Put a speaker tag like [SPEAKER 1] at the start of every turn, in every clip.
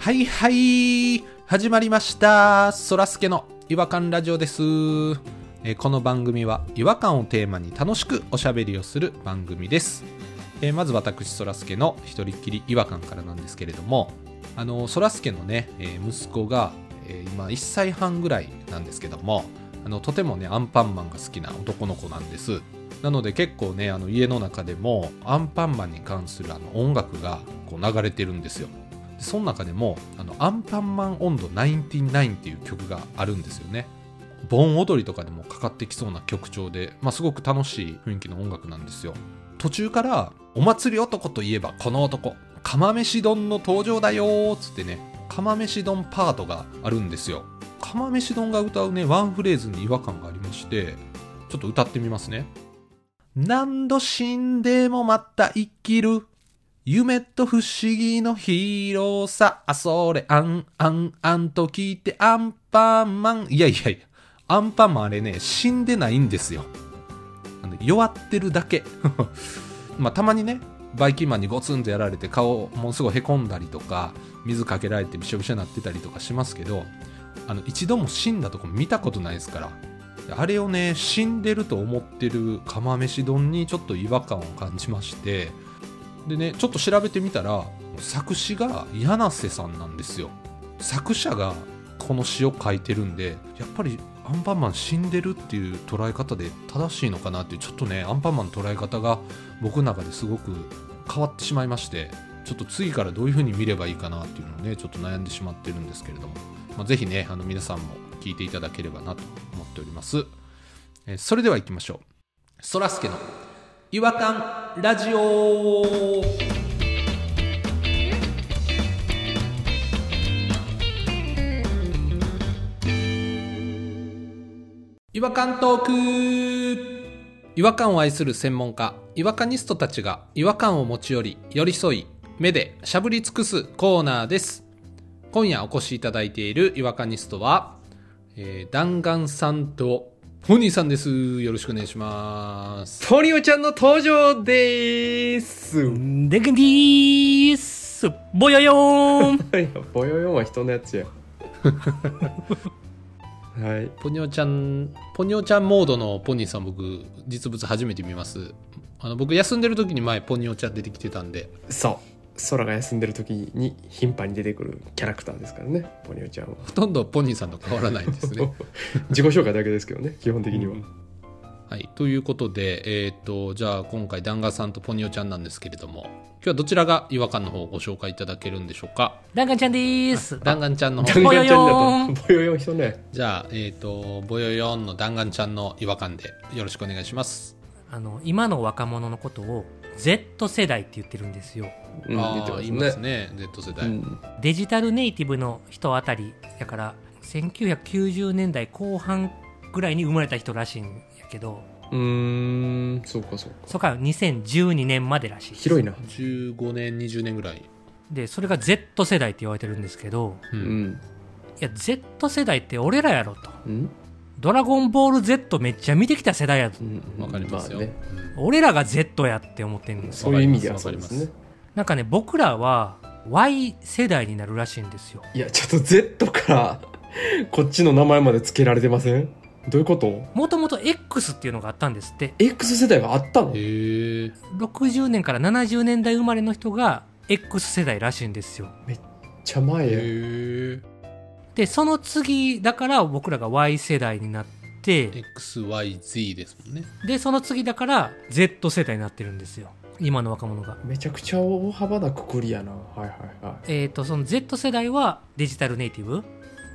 [SPEAKER 1] はいはい始まりましたそらすけの違和感ラジオです、えーこの番組は違和感をテーマに楽しくおしゃべりをする番組です、えーまず私そらすけの一人っきり違和感からなんですけれどもあのそらすけのね、えー息子が、えー今1歳半ぐらいなんですけどもあのとてもねアンパンマンが好きな男の子なんですなので結構ねあの家の中でもアンパンマンに関するあの音楽がこう流れてるんですよでその中でも「あのアンパンマン温度99」っていう曲があるんですよね盆踊りとかでもかかってきそうな曲調で、まあ、すごく楽しい雰囲気の音楽なんですよ途中から「お祭り男といえばこの男釜飯丼の登場だよ」っつってね釜飯丼パートがあるんですよ釜飯丼が歌うねワンフレーズに違和感がありましてちょっと歌ってみますね何度死んでもまた生きる夢と不思議のヒーローさ、あ、それ、あん、あん、あんと聞いて、アンパンマン。いやいやいや、アンパンマンあれね、死んでないんですよ。あの弱ってるだけ。 まあ、たまにね、バイキンマンにゴツンとやられて顔ものすごいへこんだりとか、水かけられてびしょびしょになってたりとかしますけど、あの、一度も死んだとこ見たことないですから。あれをね、死んでると思ってる釜飯丼にちょっと違和感を感じまして、でねちょっと調べてみたら作詞が柳瀬さんなんですよ作者がこの詩を書いてるんでやっぱりアンパンマン死んでるっていう捉え方で正しいのかなっていうちょっとねアンパンマンの捉え方が僕の中ですごく変わってしまいましてちょっと次からどういう風に見ればいいかなっていうのをねちょっと悩んでしまってるんですけれども、まあ、ぜひねあの皆さんも聞いていただければなと思っております、えーそれでは行きましょうそらすけの違和感ラジオ違和感トーク違和感を愛する専門家違和感ニストたちが違和感を持ち寄り寄り添い目でしゃぶり尽くすコーナーです今夜お越しいただいている違和感ニストは、えー、弾丸さんとポニーさんですよろしくお願いします
[SPEAKER 2] トニオちゃんの登場でーす。い
[SPEAKER 3] でくんでーすぼよよ ーん
[SPEAKER 2] や、ぼよよんは人のやつや。 はい。
[SPEAKER 1] ポニョちゃん、ポニョちゃんモードのポニーさん僕、実物初めて見ます。あの、僕休んでる時に前ポニョちゃん出てきてたんで、
[SPEAKER 2] そう。空が休んでる時に頻繁に出てくるキャラクターですからね、ポニオちゃんは。
[SPEAKER 1] ほとんどポニーさんと変わらないです ね。
[SPEAKER 2] 自己紹介だけですけどね、基本的には。
[SPEAKER 1] はい。ということで、えーっと、じゃあ今回、ダンガさんとポニョちゃんなんですけれども、今日はどちらが違和感の方をご紹介いただけるんでしょうか。
[SPEAKER 3] ランカンちゃんでーす
[SPEAKER 1] ダンガンちゃんの
[SPEAKER 2] ダ
[SPEAKER 1] 方
[SPEAKER 2] ン。ガンちゃんにな
[SPEAKER 3] ぼよよ
[SPEAKER 2] った。ぼよよん人ね。
[SPEAKER 1] じゃあ、えーっと、ボヨヨンのダンガンちゃんの違和感でよろしくお願いします。
[SPEAKER 3] あの今の若者のことを Z 世代って言ってるんですよ
[SPEAKER 2] うん、
[SPEAKER 1] あ
[SPEAKER 2] 見
[SPEAKER 1] あ、言
[SPEAKER 2] て
[SPEAKER 1] い
[SPEAKER 2] ま
[SPEAKER 1] ますす
[SPEAKER 2] ね。
[SPEAKER 1] ね。Z 世
[SPEAKER 2] う
[SPEAKER 1] 代。
[SPEAKER 2] ん、
[SPEAKER 3] デジタルネイティブの人あたりやから1990年代後半ぐらいに生まれた人らしいんやけど
[SPEAKER 2] うーん、そうかそうか。
[SPEAKER 3] そこから2012年までらしいです
[SPEAKER 2] 広いな。
[SPEAKER 1] 15年、20年ぐらい。
[SPEAKER 3] でそれが Z 世代って言われてるんですけど
[SPEAKER 1] う。
[SPEAKER 2] うんん。
[SPEAKER 3] いや Z 世代って俺らやろと
[SPEAKER 2] うん。
[SPEAKER 3] ドラゴンボール Z めっちゃ見てきた世代やと
[SPEAKER 2] うん
[SPEAKER 1] わかりますよ。
[SPEAKER 2] あね
[SPEAKER 1] うん
[SPEAKER 3] 俺らが Z やって思ってるんです
[SPEAKER 2] そういう意味では
[SPEAKER 1] わ
[SPEAKER 2] そ
[SPEAKER 1] か
[SPEAKER 2] う
[SPEAKER 1] り
[SPEAKER 2] で
[SPEAKER 1] ます
[SPEAKER 2] すね。
[SPEAKER 3] なんかね僕らは Y 世代になるらしいんですよ
[SPEAKER 2] いや、ちょっと Z からこっちの名前まで付けられてませんどういうこと
[SPEAKER 3] もともと X っていうのがあったんですって
[SPEAKER 2] X 世代があったの
[SPEAKER 1] へえ。
[SPEAKER 3] 60年から70年代生まれの人が X 世代らしいんですよ
[SPEAKER 2] 茶前や
[SPEAKER 1] へ
[SPEAKER 3] でその次だから僕らが Y 世代になって
[SPEAKER 1] え。XYZ ですもんね。
[SPEAKER 3] でその次だから Z 世代になってるんですよ今の若者が
[SPEAKER 2] めちゃくちゃ大幅なくくりやなはいはいは
[SPEAKER 3] えっ、とその Z 世代はデジタルネイティブ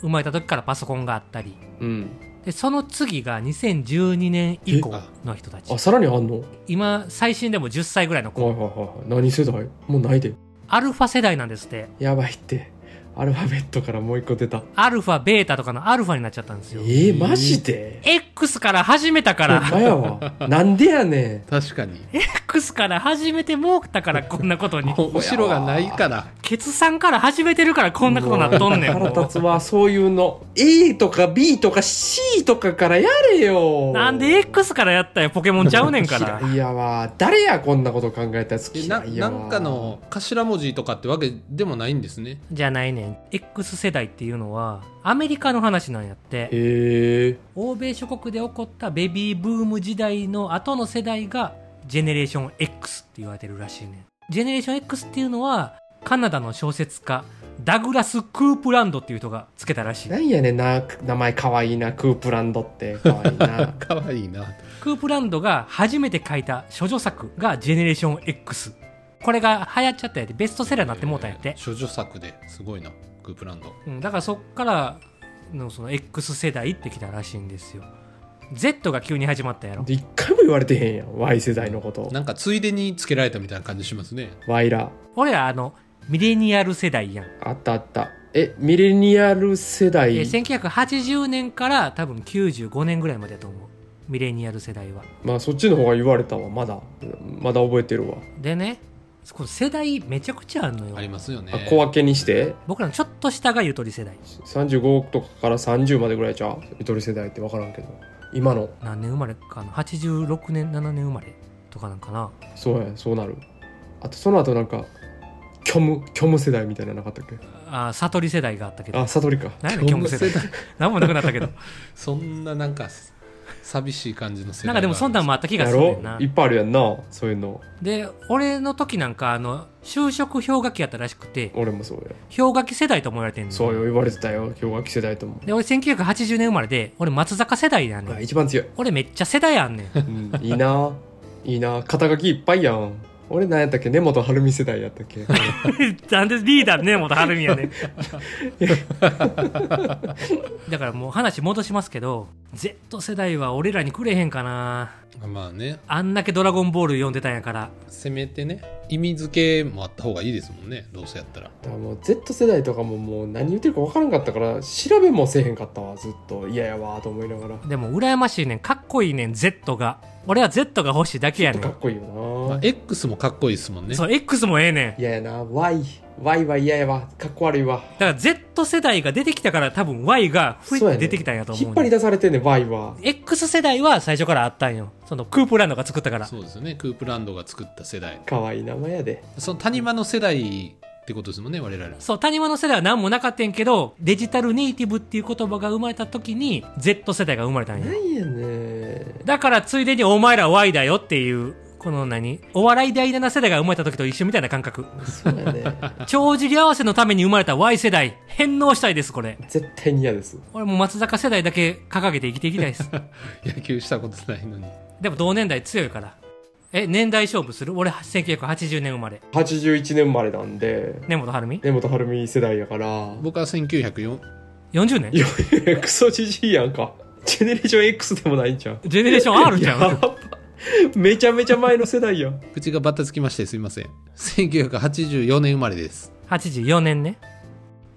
[SPEAKER 3] 生まれた時からパソコンがあったり
[SPEAKER 2] いうん
[SPEAKER 3] でその次が2012年以降の人たち
[SPEAKER 2] あさらにあんのはい
[SPEAKER 3] 今最新でも10歳ぐらいの子
[SPEAKER 2] はいはい何世代もうないで
[SPEAKER 3] アルファ世代なんですって
[SPEAKER 2] やばいってアルファベットからもう一個出た
[SPEAKER 3] アルファベータとかのアルファになっちゃったんです
[SPEAKER 2] え
[SPEAKER 3] よ
[SPEAKER 2] ー、マジで
[SPEAKER 3] X から始めたか
[SPEAKER 2] ほんま
[SPEAKER 3] ら
[SPEAKER 2] やわ なんでやね
[SPEAKER 1] 確かに。
[SPEAKER 3] X から始めてもうたからこんなことに
[SPEAKER 1] もう後ろがないから。
[SPEAKER 3] ケツさんから始めてるからこんなことなっとんね
[SPEAKER 2] ん
[SPEAKER 3] んも
[SPEAKER 2] 腹
[SPEAKER 3] う
[SPEAKER 2] 立つわそういうの A とか B とか C とかからやれよ
[SPEAKER 3] なんで X からやったよポケモンちゃうねんから
[SPEAKER 2] 嫌いやわ誰やこんなこと考えたやつ
[SPEAKER 1] え
[SPEAKER 2] 嫌
[SPEAKER 1] ない
[SPEAKER 2] や
[SPEAKER 1] な
[SPEAKER 2] わ
[SPEAKER 1] んかの頭文字とかってわけでもないんですね。
[SPEAKER 3] じゃないねね X 世代っていうのはアメリカの話なんやって
[SPEAKER 2] へえ
[SPEAKER 3] 欧米諸国で起こったベビーブーム時代の後の世代がジェネレーション X って言われてるらしいねジェネレーション X っていうのはカナダの小説家ダグラス・クープランドっていう人がつけたらしい
[SPEAKER 2] なんやねんな名前かわいいなクープランドってかわいいな
[SPEAKER 1] かわいいな。
[SPEAKER 3] クープランドが初めて書いた処女作がジェネレーション X これが流行っちゃったんやってベストセラーになってもうたんやって、
[SPEAKER 1] えー処女作ですごいな、グープランド。
[SPEAKER 3] うん、だからそっからのその X 世代ってきたらしいんですよ Z が急に始まったやろ
[SPEAKER 2] で一回も言われてへんやん Y 世代のこと
[SPEAKER 1] なんかついでにつけられたみたいな感じしますね。
[SPEAKER 2] ワイラ
[SPEAKER 3] 俺らあのミレニアル世代やん、
[SPEAKER 2] あったあったえミレニアル世代
[SPEAKER 3] えー1980年から多分95年ぐらいまでだと思うミレニアル世代は
[SPEAKER 2] まあそっちの方が言われたわまだまだ覚えてるわ、
[SPEAKER 3] でねこの世代めちゃくちゃあるのよ
[SPEAKER 1] ありますよね。
[SPEAKER 2] あ小分けにして
[SPEAKER 3] 僕らのちょっと下がゆとり世代
[SPEAKER 2] 35とかから30までぐらいじゃうゆとり世代って分からんけど今の
[SPEAKER 3] 何年生まれかな86年7年生まれとかなんかな
[SPEAKER 2] そうやそうなるあとその後なんか虚無虚無世代みたいなのなかったっけ
[SPEAKER 3] あー悟り世代があったけど
[SPEAKER 2] あ悟りか
[SPEAKER 3] 何やねん虚無世代
[SPEAKER 1] 虚無
[SPEAKER 3] 何もなくなっ たけど
[SPEAKER 1] そんななんか寂しい感じの世代
[SPEAKER 3] なんかでもそんなん
[SPEAKER 1] も
[SPEAKER 3] もあった気が
[SPEAKER 2] や
[SPEAKER 3] するね
[SPEAKER 2] ろ
[SPEAKER 3] んない
[SPEAKER 2] っぱいあるやんなそういうの
[SPEAKER 3] で俺の時なんかあの就職氷河期やったらしくて
[SPEAKER 2] 俺もそうや
[SPEAKER 3] 氷河期世代とも言われてんの
[SPEAKER 2] そうよ言われてたよ氷河期世代とも
[SPEAKER 3] で俺1980年生まれで俺松坂世代やね
[SPEAKER 2] あ
[SPEAKER 3] ん
[SPEAKER 2] 一番強い、
[SPEAKER 3] 俺めっちゃ世代やん ねん
[SPEAKER 2] うん、いいないいな肩書きいっぱいやん俺なんやったっけ根本晴美世代やったっ け
[SPEAKER 3] なんでリーダーね元晴 海やねんだからもう話戻しますけど Z 世代は俺らにくれへんかな
[SPEAKER 1] まあね、
[SPEAKER 3] あんだけ「ドラゴンボール」読んでたんやから
[SPEAKER 1] せめてね、意味付けもあった方がいいですもんね、どうせやったら。
[SPEAKER 2] だからもう Z 世代とかももう何言ってるか分からんかったから調べもせえへんかったわずっと嫌やわと思いながら
[SPEAKER 3] でも羨ましいねんかっこいいねん Z が俺は Z が欲しいだけやね
[SPEAKER 2] かっ
[SPEAKER 3] ん
[SPEAKER 2] こいいよ
[SPEAKER 1] まあ
[SPEAKER 2] な、
[SPEAKER 1] X もかっこいいですもんね。
[SPEAKER 3] そう X もええねん
[SPEAKER 2] 嫌やな Y Y は嫌やわかっこ悪いわ
[SPEAKER 3] だから Z 世代が出てきたから多分 Y がふい
[SPEAKER 2] そう
[SPEAKER 3] っ
[SPEAKER 2] や
[SPEAKER 3] て
[SPEAKER 2] ね
[SPEAKER 3] 出てきたんやと思う、
[SPEAKER 2] 引っ張り出されてんね Y は
[SPEAKER 3] X 世代は最初からあったんよそのクープランドが作ったから
[SPEAKER 1] そうですよね、クープランドが作った世代。
[SPEAKER 2] 可愛い名前やで
[SPEAKER 1] その谷間の世代ってことですもんね、我々。
[SPEAKER 3] そう谷間の世代は何もなかったんやけどデジタルネイティブっていう言葉が生まれた時に Z 世代が生まれたん
[SPEAKER 2] な
[SPEAKER 3] よ
[SPEAKER 2] んやね
[SPEAKER 3] だからついでにお前ら Y だよっていうこの何お笑い第7世代が生まれた時と一緒みたいな感覚
[SPEAKER 2] そうやね
[SPEAKER 3] 帳尻合わせのために生まれた Y 世代返納したいですこれ
[SPEAKER 2] 絶対に嫌です
[SPEAKER 3] 俺もう松坂世代だけ掲げて生きていきたい です
[SPEAKER 1] 野球したことないのに。
[SPEAKER 3] でも同年代強いからえ年代勝負する俺1980年生まれ
[SPEAKER 2] 81年生まれなんで
[SPEAKER 3] 根本晴美
[SPEAKER 2] 根本晴美世代やから
[SPEAKER 1] 僕は1904
[SPEAKER 3] 40年
[SPEAKER 2] いやい やクソじじいやんかジェネレーション X でもないんじゃん
[SPEAKER 3] ジェネレーション R じゃ
[SPEAKER 2] や
[SPEAKER 3] ん
[SPEAKER 2] ば めちゃめちゃ前の世代やん
[SPEAKER 1] 口がバタつきましてすいません1984年生まれです
[SPEAKER 3] 84年ね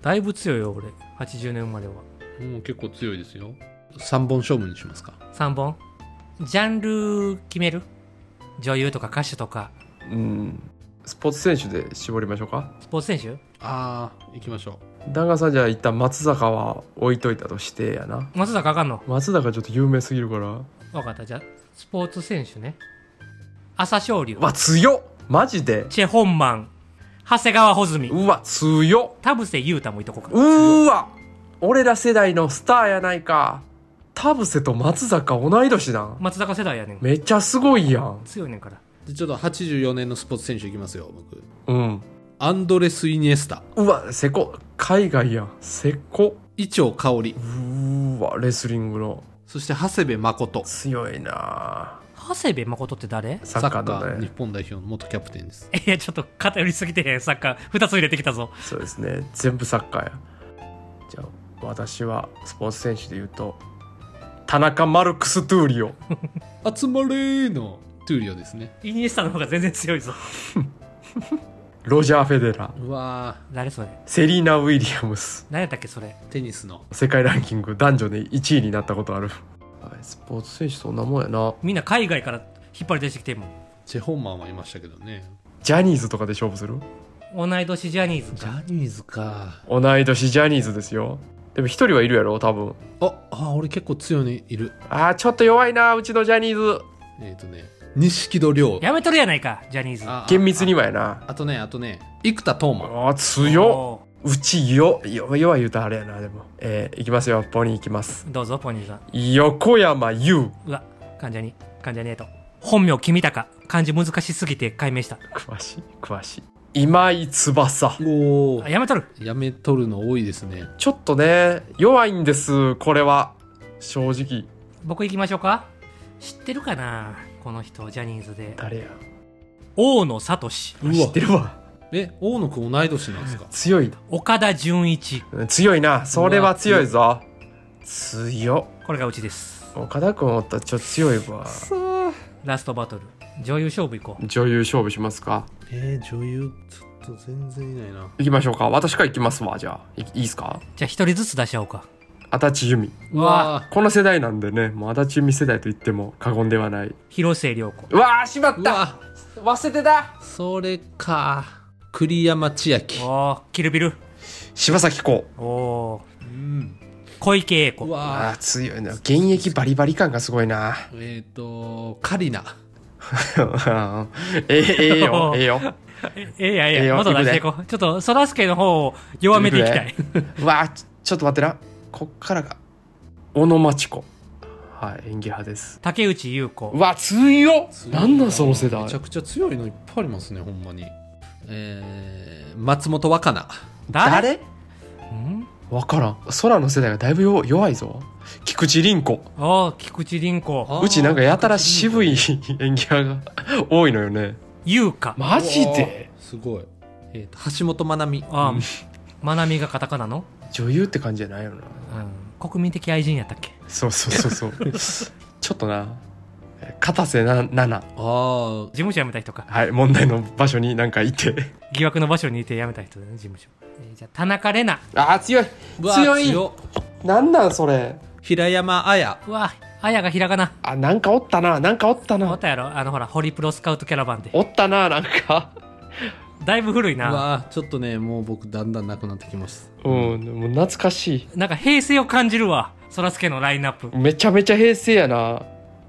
[SPEAKER 3] だいぶ強いよ俺80年生まれは
[SPEAKER 1] もう結構強いですよ3本勝負にしますか
[SPEAKER 3] 3本ジャンル決める女優とか歌手とか
[SPEAKER 2] うんスポーツ選手で絞りましょうか
[SPEAKER 3] スポーツ選手
[SPEAKER 1] ああ行きましょ
[SPEAKER 2] 旦那さんじゃあ一旦松坂は置いといたとしてやな
[SPEAKER 3] 松坂あかんの
[SPEAKER 2] 松坂ちょっと有名すぎるから
[SPEAKER 3] 分かったじゃあスポーツ選手ね朝青龍
[SPEAKER 2] うわ強っマジで
[SPEAKER 3] チェ・ホンマン長谷川穂積
[SPEAKER 2] うわ強っ
[SPEAKER 3] 田臥勇太もいとこうか
[SPEAKER 2] うーわ俺ら世代のスターやないか田臥と松坂同い年なん
[SPEAKER 3] 松坂世代やねん
[SPEAKER 2] めっちゃすごいやん
[SPEAKER 3] 強いねんから
[SPEAKER 1] うでちょっと84年のスポーツ選手いきますよ僕
[SPEAKER 2] うん
[SPEAKER 1] アンドレス・イニエスタ
[SPEAKER 2] うわせこ海外やんせこ
[SPEAKER 1] 伊調薫
[SPEAKER 2] うーわレスリングの
[SPEAKER 1] そして長谷部誠
[SPEAKER 2] 強いな
[SPEAKER 3] 長谷部誠って誰
[SPEAKER 2] サ
[SPEAKER 1] サ
[SPEAKER 2] ッ
[SPEAKER 1] ッ
[SPEAKER 2] カ
[SPEAKER 1] カ
[SPEAKER 2] ーだ
[SPEAKER 1] ー日
[SPEAKER 2] ね
[SPEAKER 1] 本代表の元キャプテンです
[SPEAKER 3] いやちょっと偏りすぎてへんサッカー2つ入れてきたぞ
[SPEAKER 2] そうですね全部サッカーやじゃあ私はスポーツ選手で言うと田中マルクス・トゥーリオ
[SPEAKER 1] 集まれーのトゥーリオですね
[SPEAKER 3] イニエスタの方が全然強いぞ
[SPEAKER 2] ロジャー・フェデラー
[SPEAKER 1] うわ
[SPEAKER 3] 誰それ
[SPEAKER 2] セリーナ・ウィリアムス
[SPEAKER 3] 何やったっけそれ
[SPEAKER 1] ーテニスの
[SPEAKER 2] 世界ランキング男女で1位になったことある、はい、スポーツ選手そんなもんやな
[SPEAKER 3] みんな海外から引っ張り出してきてんもん
[SPEAKER 1] チェ・ホンマンはいましたけどね
[SPEAKER 2] ジャニーズとかで勝負する
[SPEAKER 3] 同い年ジャニーズ
[SPEAKER 1] ジ
[SPEAKER 3] か
[SPEAKER 1] ャニーズか
[SPEAKER 2] 同い年ジャニーズですよでも一人はいるやろ多分
[SPEAKER 1] ああ俺結構強いにいる
[SPEAKER 2] あーちょっと弱いなうちのジャニーズ
[SPEAKER 1] えっ、ー、とね錦戸亮
[SPEAKER 3] やめとるやないかジャニーズ
[SPEAKER 1] あ
[SPEAKER 2] 厳密にはやな
[SPEAKER 1] あとね、あとね、生田斗真。
[SPEAKER 2] あー強っ
[SPEAKER 3] おー
[SPEAKER 2] うちよ、よ、よは言うとあれやな、でも。えー、いきますよ、ポニーいきます。
[SPEAKER 3] どうぞ、ポニーさん。
[SPEAKER 2] 横山優。
[SPEAKER 3] うわ、患者に、患者にえと。本名、君高。漢字難しすぎて解明した。
[SPEAKER 2] 詳しい、詳しい。今井翼。
[SPEAKER 1] お
[SPEAKER 3] あやめとる。
[SPEAKER 1] やめとるの多いですね
[SPEAKER 2] ちょっとね、弱いんです、これは。正直。
[SPEAKER 3] 僕行きましょうか。知ってるかなこの人、ジャニーズで。
[SPEAKER 2] 誰や
[SPEAKER 3] 大野
[SPEAKER 1] う
[SPEAKER 3] 聡、
[SPEAKER 1] わ
[SPEAKER 2] 知ってるわ。
[SPEAKER 1] え大野くん同い年なんですか
[SPEAKER 2] 強い。
[SPEAKER 3] 岡田准一。
[SPEAKER 2] うん強いな。それは強いぞ。強っ。
[SPEAKER 3] これがうちです。
[SPEAKER 2] 岡田君おったらちょっと強いわ。
[SPEAKER 3] ラストバトル。女優勝負行こう。
[SPEAKER 2] 女優勝負しますか
[SPEAKER 1] えー、女優ちょっと全然いないな
[SPEAKER 2] 行きましょうか。私から行きますわ、じゃあ。いいいですか
[SPEAKER 3] じゃあ一人ずつ出し合おうか。
[SPEAKER 2] 足立由美。
[SPEAKER 1] うわ
[SPEAKER 2] この世代なんでね、もう足立由美世代と言っても過言ではない。
[SPEAKER 3] 広末涼子。
[SPEAKER 2] うわー、しまっ
[SPEAKER 1] う
[SPEAKER 2] た
[SPEAKER 1] わ
[SPEAKER 2] 忘れてた
[SPEAKER 1] それか栗山千明
[SPEAKER 3] おー、キルビル。
[SPEAKER 2] 柴咲コウ。
[SPEAKER 3] お
[SPEAKER 1] う
[SPEAKER 3] ー、
[SPEAKER 1] ん
[SPEAKER 3] 小池栄子
[SPEAKER 1] う。
[SPEAKER 2] あ
[SPEAKER 1] わ
[SPEAKER 2] あ、強いな。現役バリバリ感がすごいな。
[SPEAKER 1] えっ、ー、とカリナ
[SPEAKER 2] ええ、ええよ、ええよ。
[SPEAKER 3] ええやえ
[SPEAKER 2] え
[SPEAKER 3] え
[SPEAKER 2] え
[SPEAKER 3] や、
[SPEAKER 2] よ
[SPEAKER 3] もっと出していこう。ちょっと、そらすけの方を弱めていきたい。
[SPEAKER 2] うわあ、ちちょっと待ってな。こっからが。小野真知子。はい、演技派です。
[SPEAKER 3] 竹内優子
[SPEAKER 2] う。わ、強っなんだその世代
[SPEAKER 1] めち。ゃくちゃ強いのいっぱいありますねほんまにえー、松本若菜
[SPEAKER 2] 誰
[SPEAKER 3] ん
[SPEAKER 2] わからん。空の世代がだいぶ弱弱いぞ。菊池凛子。
[SPEAKER 3] おー、菊池凛子。
[SPEAKER 1] あー
[SPEAKER 2] うちなんかやたら渋い演技派が多いのよね。
[SPEAKER 3] 優香。
[SPEAKER 2] マジ
[SPEAKER 1] うわ
[SPEAKER 2] です
[SPEAKER 1] ごい、えー、と橋本まなみ
[SPEAKER 3] あー、まなみがカタカナの、
[SPEAKER 2] 女優って感じじゃないよな。
[SPEAKER 3] うん、国民的愛人やったっけ
[SPEAKER 2] そうそうそうそう。 ちょっとな。片瀬な奈々。
[SPEAKER 1] あー
[SPEAKER 3] 事務所辞めた人か。
[SPEAKER 2] はい、問題の場所になんかいて。
[SPEAKER 3] 疑惑の場所にいて辞めた人だね、事務所。えーじゃあ、田中玲奈。
[SPEAKER 2] ああ、強いう
[SPEAKER 1] わ
[SPEAKER 2] 強い
[SPEAKER 1] 強
[SPEAKER 2] なんなんそれ。
[SPEAKER 1] 平山綾
[SPEAKER 3] うわ、あやがひらがな。
[SPEAKER 2] あ、なんかおったな、なんかおった
[SPEAKER 3] お
[SPEAKER 2] な
[SPEAKER 3] っ。たやろあの、ほら、ホリプロスカウトキャラバンで。
[SPEAKER 2] おったな、なんか。
[SPEAKER 3] だいぶ古いうな。
[SPEAKER 1] わちょっとねもう僕だんだんなくなってきます
[SPEAKER 2] うん、もう懐かしい。
[SPEAKER 3] なんか平成を感じるわ。そらすけのラインナップ。
[SPEAKER 2] めちゃめちゃ平成やな。っ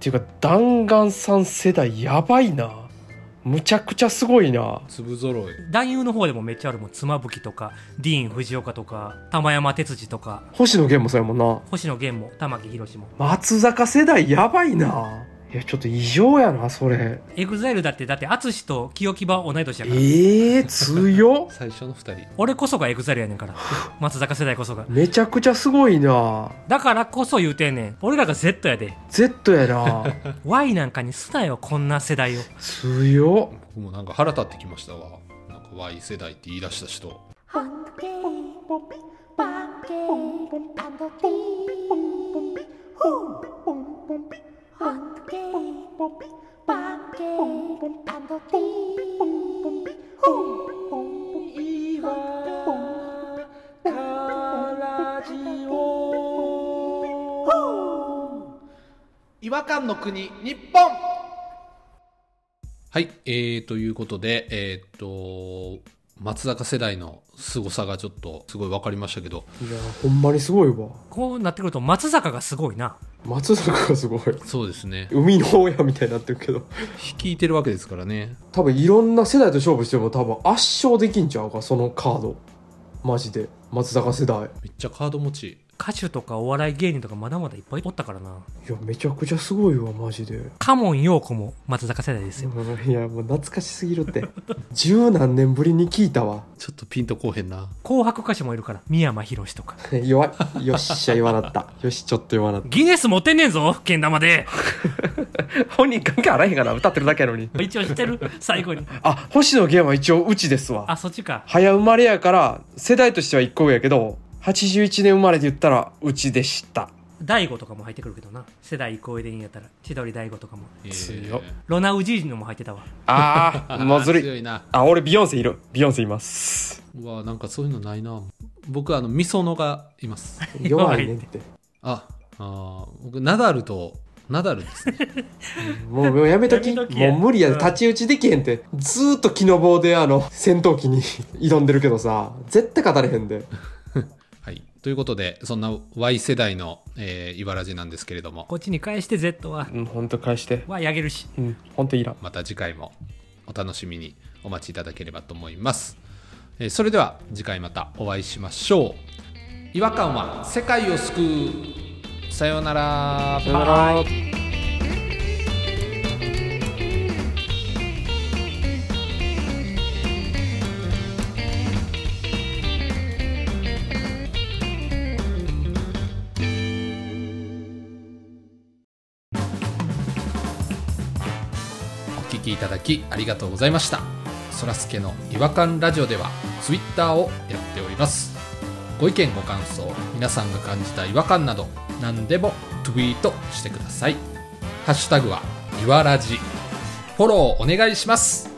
[SPEAKER 2] ていうか、弾丸さん世代やばいな。むちゃくちゃすごいな。
[SPEAKER 1] 粒揃い
[SPEAKER 3] 男優の方でもめっちゃあるもん。妻夫木とか、ディーン・藤岡とか、玉山哲司とか、
[SPEAKER 2] 星野源もそうやもんな。
[SPEAKER 3] 星野源も、玉木宏も。
[SPEAKER 2] 松坂世代やばいな。いや、ちょっと異常やな、それ。
[SPEAKER 3] エグザイルだって、だって、淳と清木場同い年やか
[SPEAKER 2] え
[SPEAKER 3] ら。
[SPEAKER 2] え ー、強っ。
[SPEAKER 1] 最初の二人
[SPEAKER 3] 俺こそがエグザイルやねんから。松坂世代こそが。
[SPEAKER 2] めちゃくちゃすごいな。
[SPEAKER 3] だからこそ言うてんねん。俺らが Z やで。
[SPEAKER 2] Z やな。
[SPEAKER 3] Y なんかにすなよ、こんな世代を。
[SPEAKER 2] 強っ。
[SPEAKER 1] 僕もなんか腹立ってきましたわなんか Y 世代って言い出した人
[SPEAKER 4] Hunky,
[SPEAKER 1] 違和感の国日本はいえー、ということでえーっと松坂世代の凄さがちょっとすごい分かりましたけど
[SPEAKER 2] いや、ほんまにすごいわ。
[SPEAKER 3] こうなってくると、松坂がすごいな。
[SPEAKER 2] 松坂がすごい。
[SPEAKER 1] そうですね
[SPEAKER 2] 海の親みたいになってるけど
[SPEAKER 1] 率いてるわけですからね
[SPEAKER 2] 多分いろんな世代と勝負しても多分圧勝できんちゃうかそのカードマジで松坂世代
[SPEAKER 1] めっちゃカード持ち
[SPEAKER 3] 歌手とかお笑い芸人とかまだまだいっぱいおったからな。
[SPEAKER 2] いやめちゃくちゃすごいわマジで
[SPEAKER 3] カモン陽子も松坂世代ですよ。
[SPEAKER 2] いやもう懐かしすぎるって 十何年ぶりに聞いたわ
[SPEAKER 1] ちょっとピンとこうへんな
[SPEAKER 3] 紅白歌手もいるから、三山ひろしとか。
[SPEAKER 2] 弱いよっしゃ弱なったよしちょっと弱なっ
[SPEAKER 3] ギネス持ってんねんぞ、けん玉で。
[SPEAKER 2] た本人関係あらへんかな歌ってるだけやのに
[SPEAKER 3] 一応知ってる最後に。
[SPEAKER 2] あ星野源は一応うちですわ
[SPEAKER 3] あ、そっちか。
[SPEAKER 2] 早生まれやから世代としては一個上やけど81年生まれで言ったらうちでした
[SPEAKER 3] 大悟とかも入ってくるけどな。世代移行でいいんやったら。千鳥大悟とかも。
[SPEAKER 2] 強っ
[SPEAKER 3] ロナウジーノも入ってたわ。
[SPEAKER 2] あ
[SPEAKER 1] あ
[SPEAKER 2] あ
[SPEAKER 1] ー
[SPEAKER 2] もうずるい
[SPEAKER 1] 強いな
[SPEAKER 2] あ、俺ビヨンセいる。ビヨンセいます。
[SPEAKER 1] うわなんかそういうのないな僕はあのみそのがいます
[SPEAKER 3] 弱いねん
[SPEAKER 2] って。
[SPEAKER 1] ああー僕ナダルとナダルです ね
[SPEAKER 2] もうもうやめとき。
[SPEAKER 3] や
[SPEAKER 2] も
[SPEAKER 3] めときや
[SPEAKER 2] う無理やで、
[SPEAKER 3] うん
[SPEAKER 2] 立ち打ちできへんって。ずーっと木の棒であの、戦闘機に 挑んでるけどさ、絶対語れへんで。
[SPEAKER 1] はいということでそんな Y 世代の、えー、いばらじなんですけれども
[SPEAKER 3] こっちに返して Z は。
[SPEAKER 2] うん、ほんと返して。
[SPEAKER 3] はやげるし。
[SPEAKER 2] うん、ほんといらん。
[SPEAKER 1] また次回もお楽しみにお待ちいただければと思います、えーそれでは次回またお会いしましょう違和感は世界を救うさようなら
[SPEAKER 2] さよなら。
[SPEAKER 1] お聞きいただきありがとうございましたそらすけの違和感ラジオではツイッターをやっておりますご意見ご感想皆さんが感じた違和感など何でもツイートしてくださいハッシュタグはいわらじフォローお願いします